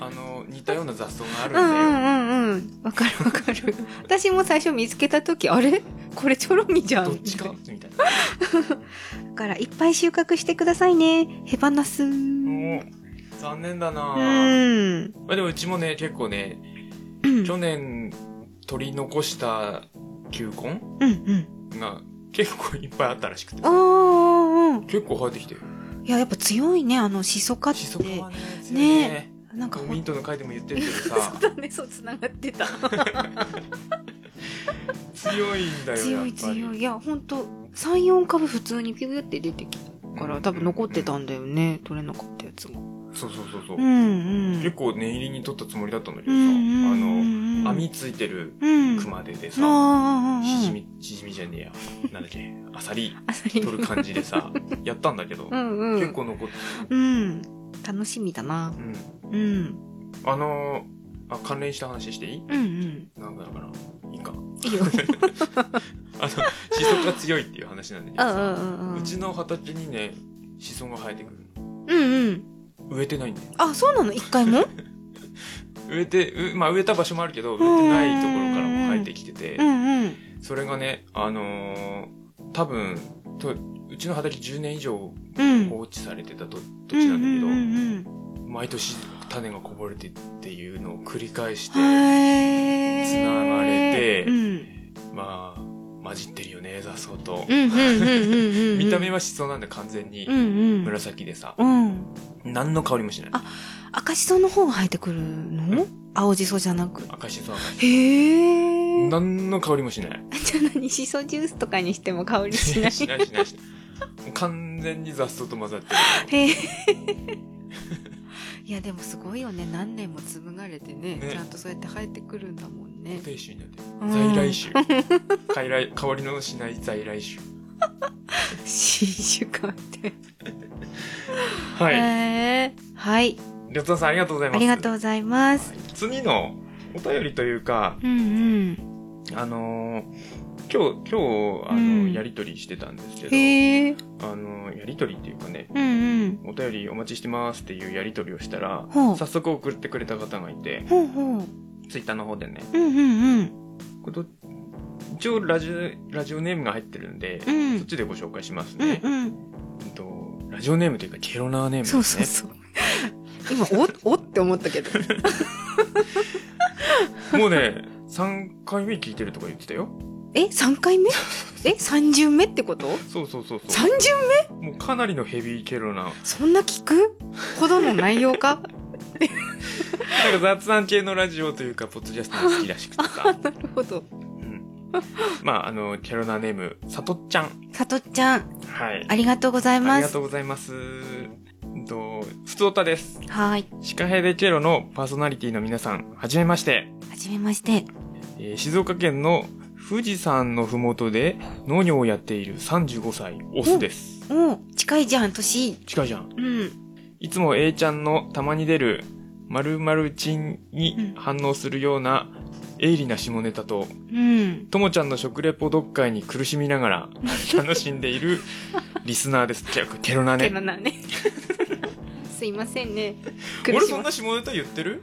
ああの、似たような雑草があうんうるんだよ。んうんうん。わかるわかる。私も最初見つけた時、あれこれチョロミじゃん。どっちかみみたいな。たいなだから、いっぱい収穫してくださいね。ヘバナス。うん。もう残念だなうぁん。まあでもうちもね、結構ね、うん去年取り残した球根うん。が結構いっぱいあったらしくてあ。ーあー。結構生えてきてる。いや、やっぱ強いね、あの、シソ科っシソ科ては。ね、強いね。なんかこほ、うんミントの回でも言ってるけどそ さう、だね、そう、繋がってた。強いんだよ、強いやっぱり強いいやほんと34株普通にピューって出てきたかうらん多分残ってたんだよね、取れなかったやつがうそうそうそうそう。んうん結構念入りに取ったつもりだったんだけうどさ、んあの、うんうん網ついてるうん熊手でさ、あしじーみ、しじみじゃねえや。なんだっけ、アサリあさり取る感じで さ、やったんだけどう、んうん結構残ってうん楽しみだなうん。うんうんあのー、あ、関連した話していいうんなんだろうかな。いいか。い いよあの、シソが強いっていう話なんだけどあうんさ、うんうんうちの畑にね、シソが生えてくるうんうんの。植えてないんだよ。あそうなの一回も植えて、うまあ植えた場所もあるけど、植えてないところからも生えてきててう、んうんそれがね、あのー多分と、うちの畑10年以上うん放置されてたとうん土地うなんだけど、んうん毎年種がこぼれてっていうのを繰り返して、へー繋がれてうんまあ、混じってるよね、雑草と。うんうんうんうんうんうん見た目はシソなんで完全にうんうん紫でさ、うん何の香りもしない。あ赤しその方が生えてくるの、う青じそじゃなく。赤シソはへえ。 じゃ何の香りもしない。あ何しそジュースとかにしても香りししなないい。しないしない。もう完全に雑草と混ざってる。へえ。いやでもすごいよね。何年も紡がれてね。ねちゃんとそうやって生えてくるんだもんね固。定種になってるうん在来種。傀儡香りのしない在来種。新種かって。はい。へえ。はい。りょつさんありがとうございます。ありがとうございます。次のお便りというか、うんあのー今日、今日、あのうんやりとりしてたんですけうん。ど、へえ。あのーやりとりっていうかね、うんうん。お便りお待ちしてますっていうやりとりをしたら、ほう早速送ってくれた方がいて、ほうほう。ツイッターの方でね、うんうんうん。これど一応ラジオ、ラジオネームが入ってるんで、うんそっちでご紹介しますうんね。うん。うんとラジオネームというか、ケロナーネームですそね。うそうそう。今、お、おって思ったけど。もうね、3回目聞いてるとか言ってたよ。え、3回目え、3巡目ってことそうそうそうそ ?3 巡目う。もうかなりのヘビーケロナー。そんな聞くほどの内容かなんか雑談系のラジオというか、ポッドキャストも好きらしく てさ。なるほど。うん。まあ、あの、キャロナネーム、さとっちゃん。さとっちゃん、はい。ありがとうございあまりがすと。うございます。うんと、ふつおたです。はーい。シカヘデケロのパーソナリティの皆さん、はじめまして。はじめまして。えー静岡県の富士山のふもとで農業をやっている35歳、オスです。おう近いじゃん、年。近いじゃん。うん。いつも A ちゃんのたまに出る、〇〇チンに反応するような鋭利な下ネタと、うん。ともちゃんの食レポ読解に苦しみなが ら楽しんでいるリスナーです。じゃあ、ケロナけねど。なね。すいませんね。俺しそんまなす下ネタ言ってる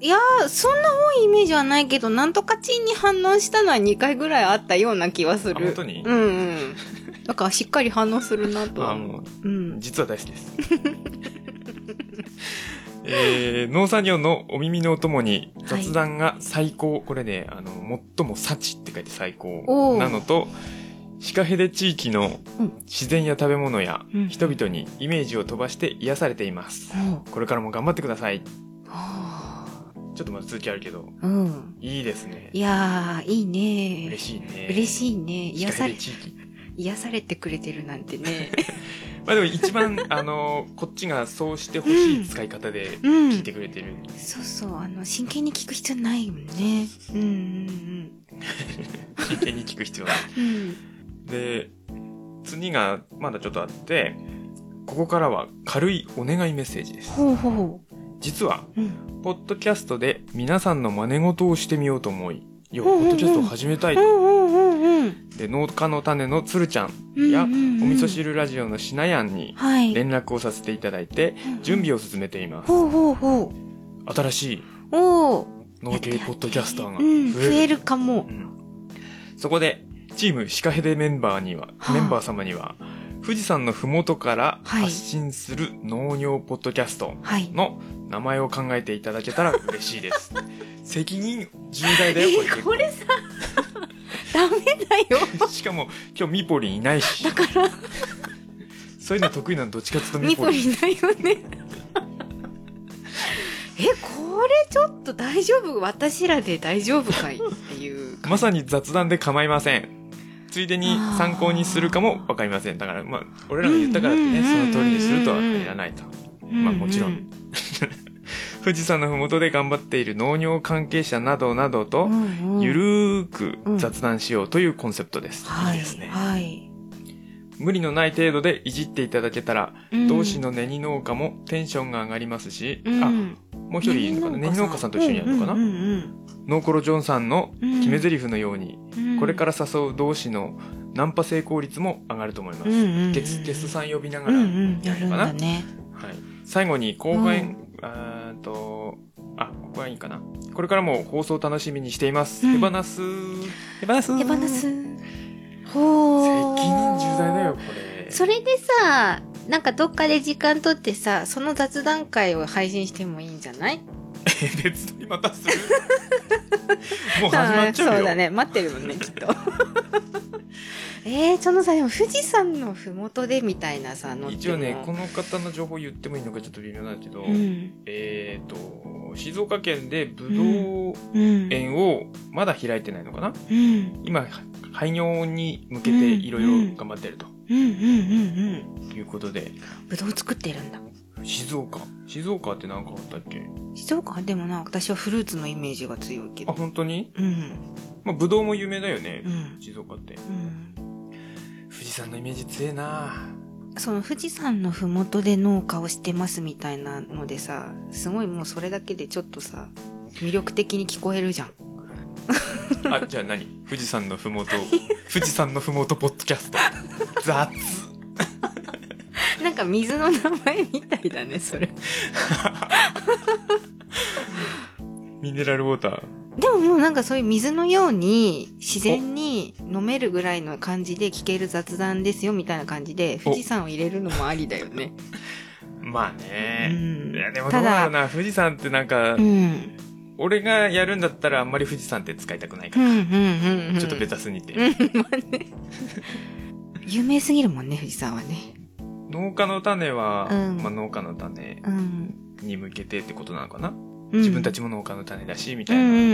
いやー、そんな多いイメージはないけど、なんとかチンに反応したのは2回ぐらいあったような気はすあ本る当。に、うんうん。だからしっかり反応するなとは あ思うもう。うん。実は大好きです。 えー、農作業のお耳のお供に雑談が最高、これね、あの、最も幸って書いて最お高ーなのと、シカヘデ地域のうん自然や食べ物やうん人々にイメージを飛ばして癒されています。ほこれからも頑張ってください。ちうはょっとまだ続きあるけど、あうん。いいですねい。やー、いいね嬉しいね。嬉い。しいね。シ癒カさヘれデ、地域。癒されてくれてるなんてね。まあでも一番、 あの、こっちがそうしてほしい使い方でう聞いんて。くれてる。そうそう。あの、真剣に聞く必要ないもんね。うんうん真剣に聞く必要がある。うん。うん。で、次がまだちょっとあって、ここからは軽いお願いメッセージです。ほうほ実は、う。うん。ポッドキャストで皆さんの真似事をしてみようと思い、よ、うんポうんうんッドキャストを始めたい。うんうんうんうん。で、農家の種のつるちゃんうんうんうんや、お味噌。汁ラジオのしなやんにはい。連絡をさせていただいて、準備を進めています。ほうほうほ。新しいうおお。農系ポッドキャスターがうん、増増える。えるかもう。んそこで、チームシカヘデメンバーには、はあメンバー様には、富士山のふもとからはい発信する農業ポッドキャストはい。の名前を考えていただけたら嬉しい です。責任重大だよ、これ結構。れさ、 ダメだよ。しかも、今日ミポリンいないし。だから、そういうの得意なのどっちかっていうとミニポポリン。リだよね。え、これちょっと大丈夫私らで大丈夫かいっていう。まさに雑談で構いません。ついでに参考にするかもわかりません。だから、まあ、俺らが言ったからってね、うんそうんうんうんの通りにするとは限らないと。まあもちろんう富士山のふもとで頑張っている農業関係者などなどと、うんうんゆるーく雑談しようというコンセプトです。はいいいですね。はい。無理のない程度でいじっていただけたら、うん同志のネニ農家もテンションが上がりますし、うんあ、もう一人いるのかなネニ農家さんと一緒にやるのかな、うんうんノーコロジョンさんのうん決め台詞のように、うんこれから誘う同志のナンパ成功率も上がると思います。うんうんうんゲスゲストさん呼びながうらんやうん、やるるのんかな、だね。はい、最後に後半、あーっと、あ、ここはいいかな。これからも放送楽しみにしています。うん手放す。手放す。手放す。ほう。責任重大だよ、これ。それでさ、なんかどっかで時間取ってさ、その雑談会を配信してもいいんじゃない 別にまた する。もう始まっちゃうよ。そうだね。待ってるもんね、きっ と。えー、そのさ、でも富士山のふもとでみたいなさ、のっても一応ね、この方の情報言ってもいいのかちょっと微妙なんだけど、うん。えーっと、静岡県でぶどううん。園をまだ開いてないのかな、うん。今、廃業に向けていろいろ頑張ってるとうん。うん。うん。いうことで、ぶどう作ってるんだ。静岡静岡って何かあったっけ静岡でもな、私はフルーツのイメージが強いけあど。本当にうん。まあぶどうも有名だよねう、ん。静岡ってうん。富士山のイメージ強えなその富士山のふもとで農家をしてますみたいなのでさ、すごいもうそれだけでちょっとさ、魅力的に聞こえるじゃん。あじゃあ何富士山のふもと富士山のふもとポッドキャスト雑なんか水の名前みたいだね、それ。ミネラルウォーターでももうなんかそういう水のように自然に飲めるぐらいの感じで聞ける雑談ですよみたいな感じでお富士山を入れるのもありだよね。まあうね、んいやでもどたうだろうだ、な富士山ってなんか、うん。うん俺がやるんだったらあんまり富士山って使いたくないかうら、んうんうん。ちょっとベタすぎて、うん、まあね。有名すぎるもんね、富士山はね。農家の種は、うんまあ、農家の種うん。に向けてってことなのかな、うん自分たちも農家の種だしみうたんいうんうなんうん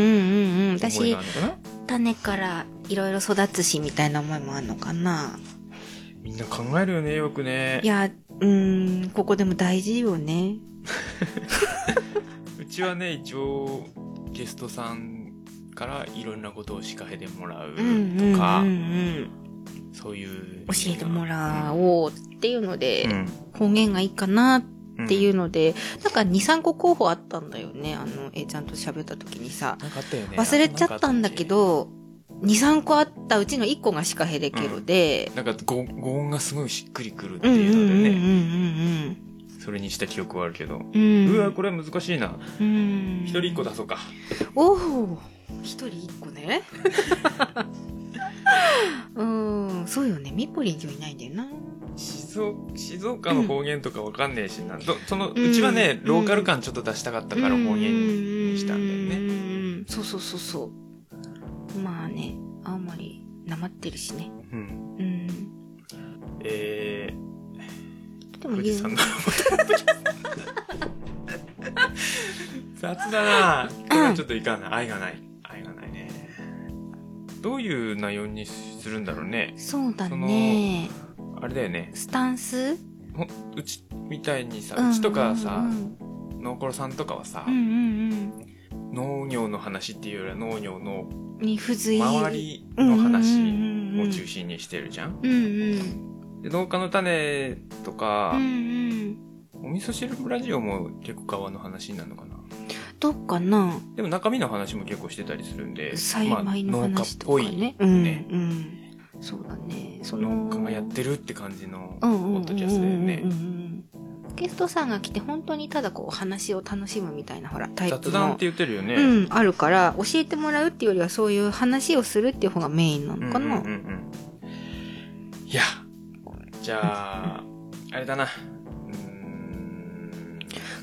うん。思私いがあ、るのかな、種からいろいろ育つしみたいな思いもあるのかな。みんな考えるよねよくねいや、うーん、ここでも大事よね。うちはね一応ゲストさんからいろんなことを仕掛けてもらううんとか、うんうんそういう教えてもらおうっていうので、うん方言がいいかなっうんていうので、なんか2、3個候補あったんだよね。あの、えーちゃんと喋った時にさ。なんかあったよね忘れちゃったんだけど、2、3個あったうちの1個がシカヘデケロで、なんかご語音がすごいしっくりくるってうんうんいううんのうんでうね、んそれにした記憶はあるけど。うんうわ、これは難しいな。うん一人一個出そうか。おお一人一個ね うんそうよねミポリン今日いないんだよな静岡静岡の方言とかわかんねえしな、どそのうちはね、うんローカル感ちょっと出したかったから方言ににしたんだよねねそうそうそうそうまあね青森なまってるしねうんうんえでー、も富言士う山の 雑だなこれはちょっといかんない愛がない愛がないねどういう内容にするんだろうねそうだねあれだよねスタンスほんうちみたいにさ、ううんちとかさ、うん農コロさんとかはさ、うんうん農業の話っていうよりは農業のうんに付随周りの話もを中心にしてるじゃんうんうんで農家の種とうんうか、んお味噌汁ラジオも結構川の話になるのかなどっかなでも中身の話も結構してたりするんで栽培の話とかね,、まあ、農家っぽいね、うんうんそうだねその農家がやってるって感じのポうんうんうんッドキャストだよねうんうんうんうんゲストさんが来て本当にただこうお話を楽しむみたいなほらタイプの雑談って言ってるよね、うん、あるから教えてもらうっていうよりはそういう話をするっていう方がメインなうんうんのうかんな、いやじゃああれだなうーん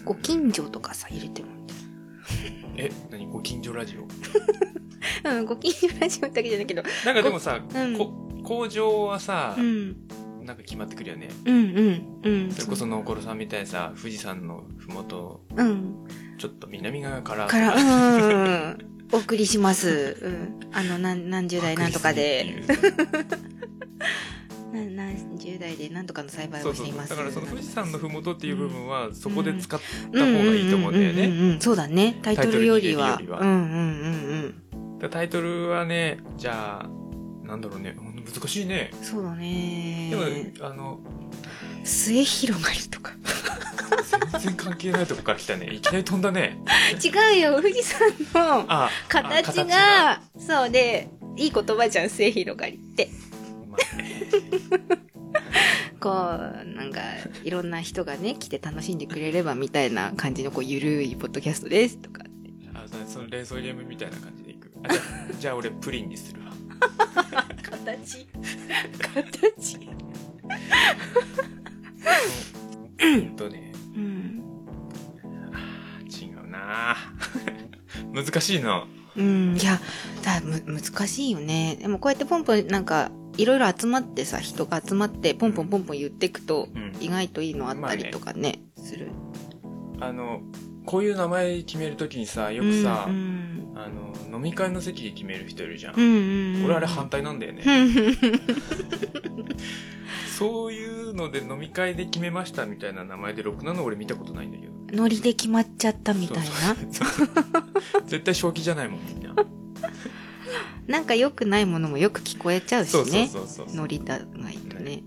ご近所とかさ入れてもいいんだよえ何ご近所ラジオうん、ご近所ラジオだけじゃないけど、なんかでもさ、うんこ工場はさ、うん、なんか決まってくるよねうんうんうんそれこそノーコロさんみたいにさ富士山のふもとうんちょっと南側からからうんお送りします、うん、あの何何十代なんとかで確率っていうな何十代でなんとかの栽培そをうしそうていそうますだからその富士山のふもとっていう部分はそこで使ったうん方がいいと思うんだようんねうんうんうんそうだねタイトルよりはタイトルに入れるよりはうんうんうんだからタイトルはねじゃあなんだろうねほんと難しいねうんそうだねでもあの末広がりとか 全然関係ないとこから来たねいきなり飛んだね違うよ富士山のああ形がそうでいい言葉じゃん末広がりってまあねこうなんかいろんな人がね来て楽しんでくれればみたいな感じのこうゆるいポッドキャストですとかあそその連想ゲームみたいな感じでいくあじゃあじゃあ俺プリンにするわ形形うんとねうん、違うな 難しいのうん、いやだむ難しいよねでもこうやってポンポンなんかいろいろ集まってさ人が集まってポンポンポンポン言ってくとうん意外といいのあったりとかね,、するあのこういう名前決めるときにさよくさ、うんあの飲み会の席で決める人いるじゃん、うんうんうん、俺あれ反対なんだよね、うんそういうので飲み会で決めましたみたいな名前でろくなの俺見たことないんだけど ノリで決まっちゃったみたいなそうそうそう絶対正気じゃないもんみんな、なんか良くないものもよく聞こえちゃうしそうそうねそうそうノリだがいいとね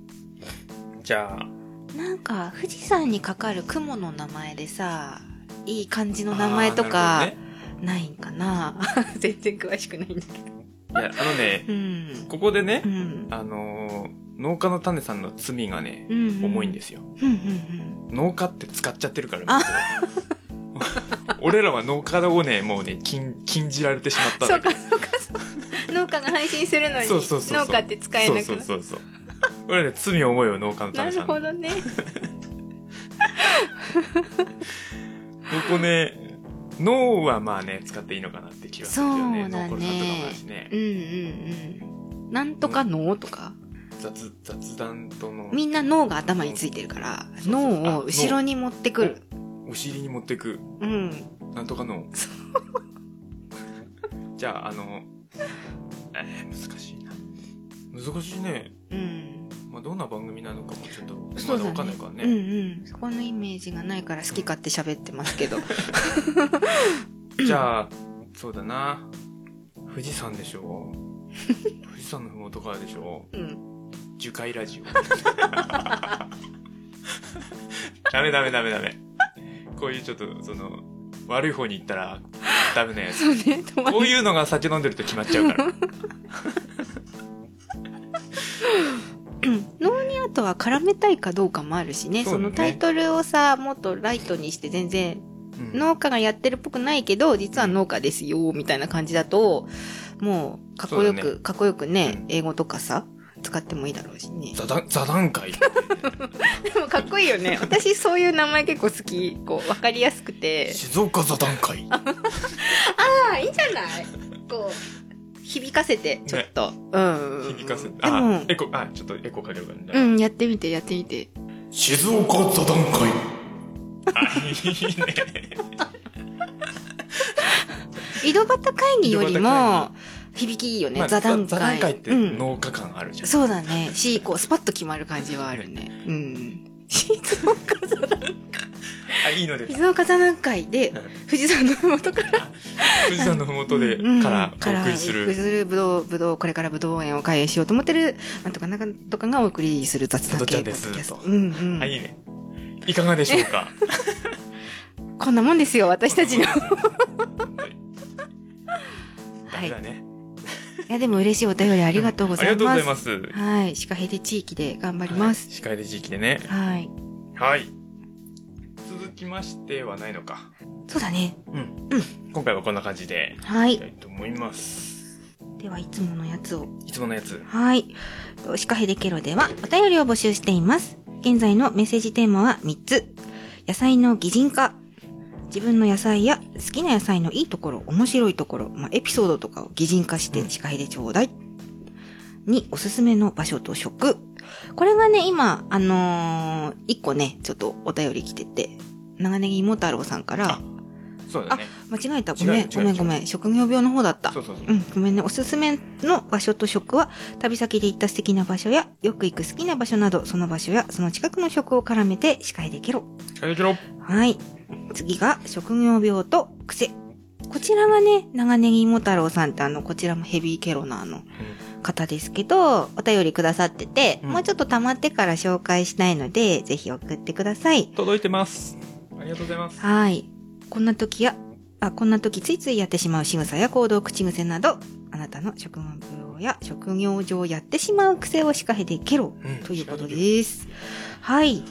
じゃあなんか富士山にかかる雲の名前でさいい感じの名前とかあーないんかな 全然詳しくないんだけど。なるほどねいやあのねうん。ここでねう、ん。あのー農家の種さんの罪がねうん。重いんですすようんうん農家って使っちゃってるから俺らは農家をねもうね禁禁じられてしまっうん。たそんだうかそうかそう。農家が配信するのにそうそうそうそう農家って使えなくそうなる。そうそうそう俺らね罪重いよ農家のな種るさんほどね。ここね脳はまあね使っていいのかなって気がするよねそうだねノーコルさんとかもだしねうんうんうん。なんとか脳とか。雑雑談とのみんな脳が頭についてるから、そうそう脳を後ろに持ってくる。お尻に持ってくうん。なんとか脳そじゃああのえー難しいな難しいね、うん。まあ、どんな番組なのかもちょっとそまうだだわねかんないからねうんうん。そこのイメージがないから好き勝手喋ってますけ ど。じゃあそうだな富士山でしょ富士山のふもとからでしょうん。樹海ラ ジオ。ダメダメダメダメ。こういうちょっと、その、悪い方に行ったら、ダメなやつ。そうね。止まこういうのが酒飲んでると決まっちゃうから。うん脳にあとは絡めたいかどうかもあるしね、そそうだねのタイトルをさ、もっとライトにして全然うん農家がやってるっぽくないけど、実は農家ですよ、みたいな感じだと、もう、かっこよそうだく、かっこよくねうん、英語とかさ、使ってもいいだろうし ね。座談座談会。でもかっこいいよね。私そういう名前結構好き。こう、わかりやすくて。静岡座談会。ああ、いいんじゃないこう、響かせて、ちょっと。うん。響かせて。であも、、エコ、あ、ちょっとエコかけるからね。うん、やってみて、やってみて。静岡座談会。あ、いいね。井戸端会議より井戸端も、響きいいよね。まあ座談会。座談会ってうん農家感あるじゃん。そうだね。し、こう、スパッと決まる感じはあるね。 うん。静岡座談会。あ、いいので。静岡座談会でうん、富士山の麓から、富士山のふもとで、うんからお送りすからお送りる。する、ぶどう、ぶどう、これからぶどう園を開園しようと思ってる、なんとかなんとかがお送りする雑談系ぶどうちゃんですポッドキャストうんうん。あ、いいね。いかがでしょうか。こんなもんですよ、私たち の。はダメい。だね。いや、でも嬉しいお便りあありがとうございます。ありがとうございます。はい。鹿ヘデ地域で頑張ります。はい司会で地域でね。はい。はい。続きましてはないのか。そうだね。うん。今回はこんな感じで、はいきたい。いと思います。では、いつものやつを。いつものやつ。はい。とシカヘデケロではお便りを募集しています。現在のメッセージテーマは3つ。野菜の擬人化。自分の野菜や好きな野菜のいいところ、面白いところ、まあ、エピソードとかを擬人化してシカヘデちょうだい。におすすめの場所と食。これがね、今、あのー、一個ね、ちょっとお便り来てて、長ネギ芋太郎さんからあ、そうだね。間違えた、ご違うめ、違うんごめん、ごめん、職業病の方だったそ。うそうそう。うん、ごめんね。おすすめの場所と食は、旅先で行った素敵な場所や、よく行く好きな場所など、その場所やその近くの食を絡めて司会できろ。司会できろ。はい。次が、職業病と癖。こちらがね、長ネギも太郎さんってあの、こちらもヘビーケロナーの方ですけど、お便りくださってて、うんもうちょっと溜まってから紹介したいので、ぜひ送ってください。届いてます。ありがとうございます。はい。こんな時や、あ、こんな時ついついやってしまう仕草や行動、口癖など、あなたの職業や職業上やってしまう癖をしかへでけろ、うんということです。はい。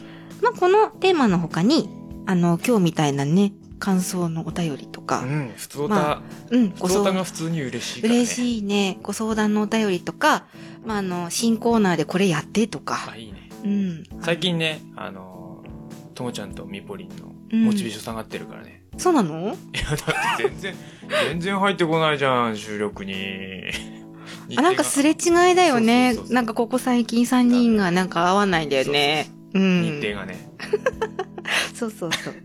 まあ、このテーマの他に、あの、今日みたいなね、感想のお便りとうか、ん、普通ま歌、うん、普通歌が普通に嬉しいからね。嬉い。しいね、ご相談のお便りとか、まあ、あの、新コーナーでこれやってとかあ、、いいね。うん。最近ね、あのー、ともちゃんとみぽりんのうんモチベーション下がってるからね。そうなのいや、だって全然、全然入ってこないじゃん、収録に。 あ、なんかすれ違いだよねそうそうそうそ。うなんかここ最近3人がなんか合わないんだよね。う日ん。程がね。そうそうそう。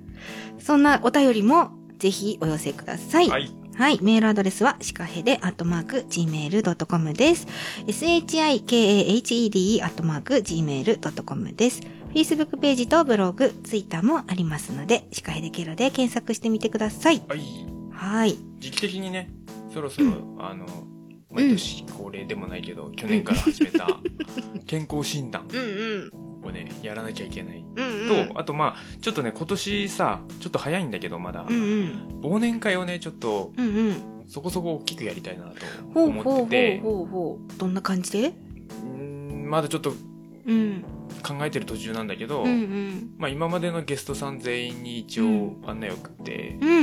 そんなお便りもぜひお寄せください。ははい。い。メールアドレスは、シカヘデアットマーク、gmail.com です。shikahede アットマーク、gmail.com です。Facebook ページとブログ、Twitter もありますので、シカヘデケロで検索してみてください。はい。はい。時期的にね、そろそろ、あの、毎年恒例でもないけど、去年から始めた健康診断うんうん。をね、やらなきゃいけない。うんと、あとまあ、ちょっとね、今年さ、ちょっと早いんだけど、まだ、うんうん。忘年会をね、ちょっと、うんうん。そこそこ大きくやりたいなとほうほう思ほっうてて、ほうほう。どんな感じでうんまだちょっとうん。考えてる途中なんだけど、うんうん。まあ、今までのゲストさん全員に一応案内を送って、うんう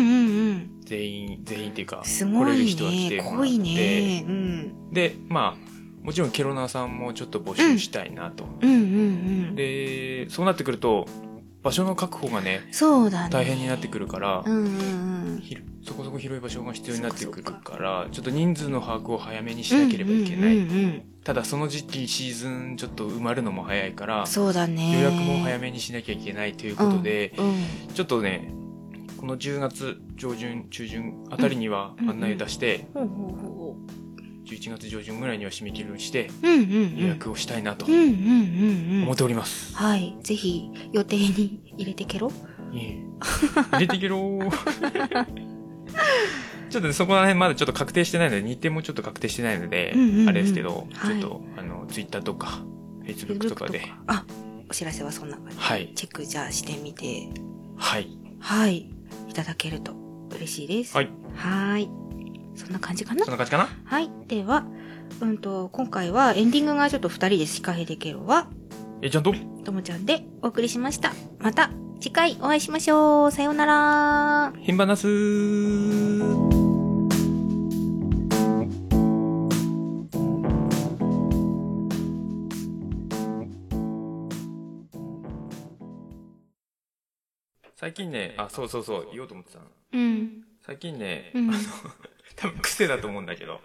ん全員全員っていううかん。す来ごれるい人は来てね。もら濃っていね。うん。でまあもちろんケロナーさんもちょっと募集したいなと、うんうんうん。でそうなってくると場所の確保がねそうだね。大変になってくるから、うんうんひそこそこ広い場所が必要になってくるからちょっと人数の把握を早めにしなければいけない、うんうんうんただその時期シーズンちょっと埋まるのも早いからそうだね。予約も早めめにしなきゃいけないということで、うん。ちょっとね、この10月上旬、中旬あたりにはうん案内を出して、ほうほうほ11月上旬ぐらいには締め切りをして、う。うんうんうん。予約をしたいなとうんうんうんう思っん。ております。はい。ぜひ、予定に入れてけろ。いえ入れてけろ ーちょっとね、そこら辺まだちょっと確定してないので、日程もちょっと確定してないので、うんうんうんあれですけど、はいちょっと、あの、ツイッターとか、フェイスブックとかで、あ、お知らせはそんな感じ。はい、チェックじゃあしてみて、はい、はい。いただけると嬉しいです。はい。はーい。そんな感じかなそんな感じかなはい。では、うんと、今回はエンディングがちょっと二人でシカヘデケロは、えいちゃんとともちゃんでお送りしました。また次回お会いしましょう。さようなら。変ばなすー最近ね、あ、そうそうそう、言おうと思ってたの。うん。最近ね、うんあの、 多分癖だと思うんだけど、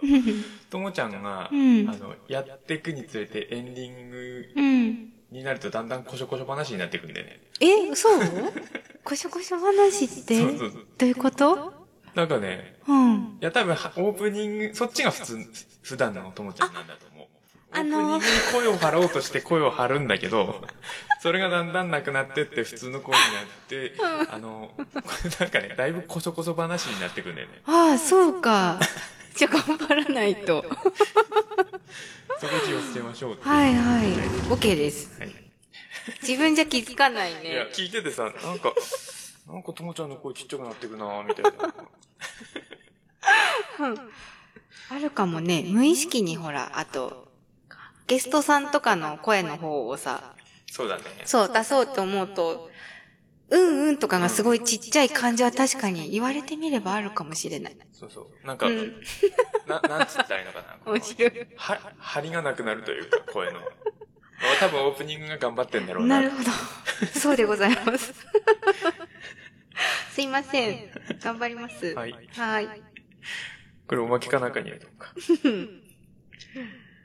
ともちゃんが、うんあの、やってくにつれてエンディングうん。になるとだんだんこしょこしょ話になってくんだよね。え、 そうこしょこしょ話ってそうそうそう。どういうことなんかね、うん。いや、多分、はオープニング、そっちが普通、普段のともちゃんなんだと思う。オあープニのングに声を張ろうとして声を張るんだけど、それがだんだんなくなってって普通の声になって、あの、なんかね、だいぶこそこそ話になってくんだよね。ああ、そう か。じゃあ頑張らないと。そこ気をつけましょうっていう。はいはい。OK です。はい自分じゃ気づかないいやね、。聞いててさ、なんか、なんかともちゃんの声ちっちゃくなってくなぁ、みたいな。あるかもね。無意識にほら、あと、ゲストさんとかの声の方をさ、そうだね。そう、出そうと思うと、うんうんとかがすごいちっちゃい感じは確かに言われてみればあるかもしれない。そうそう。なんか、うんな、なんつったらいいのか な。この面白い。は、張りがなくなるというか、声の。多分オープニングが頑張ってんだろうな。なるほど。そうでございます。 すいません。頑張ります。はいはい。これおまけかなんかにやるのか。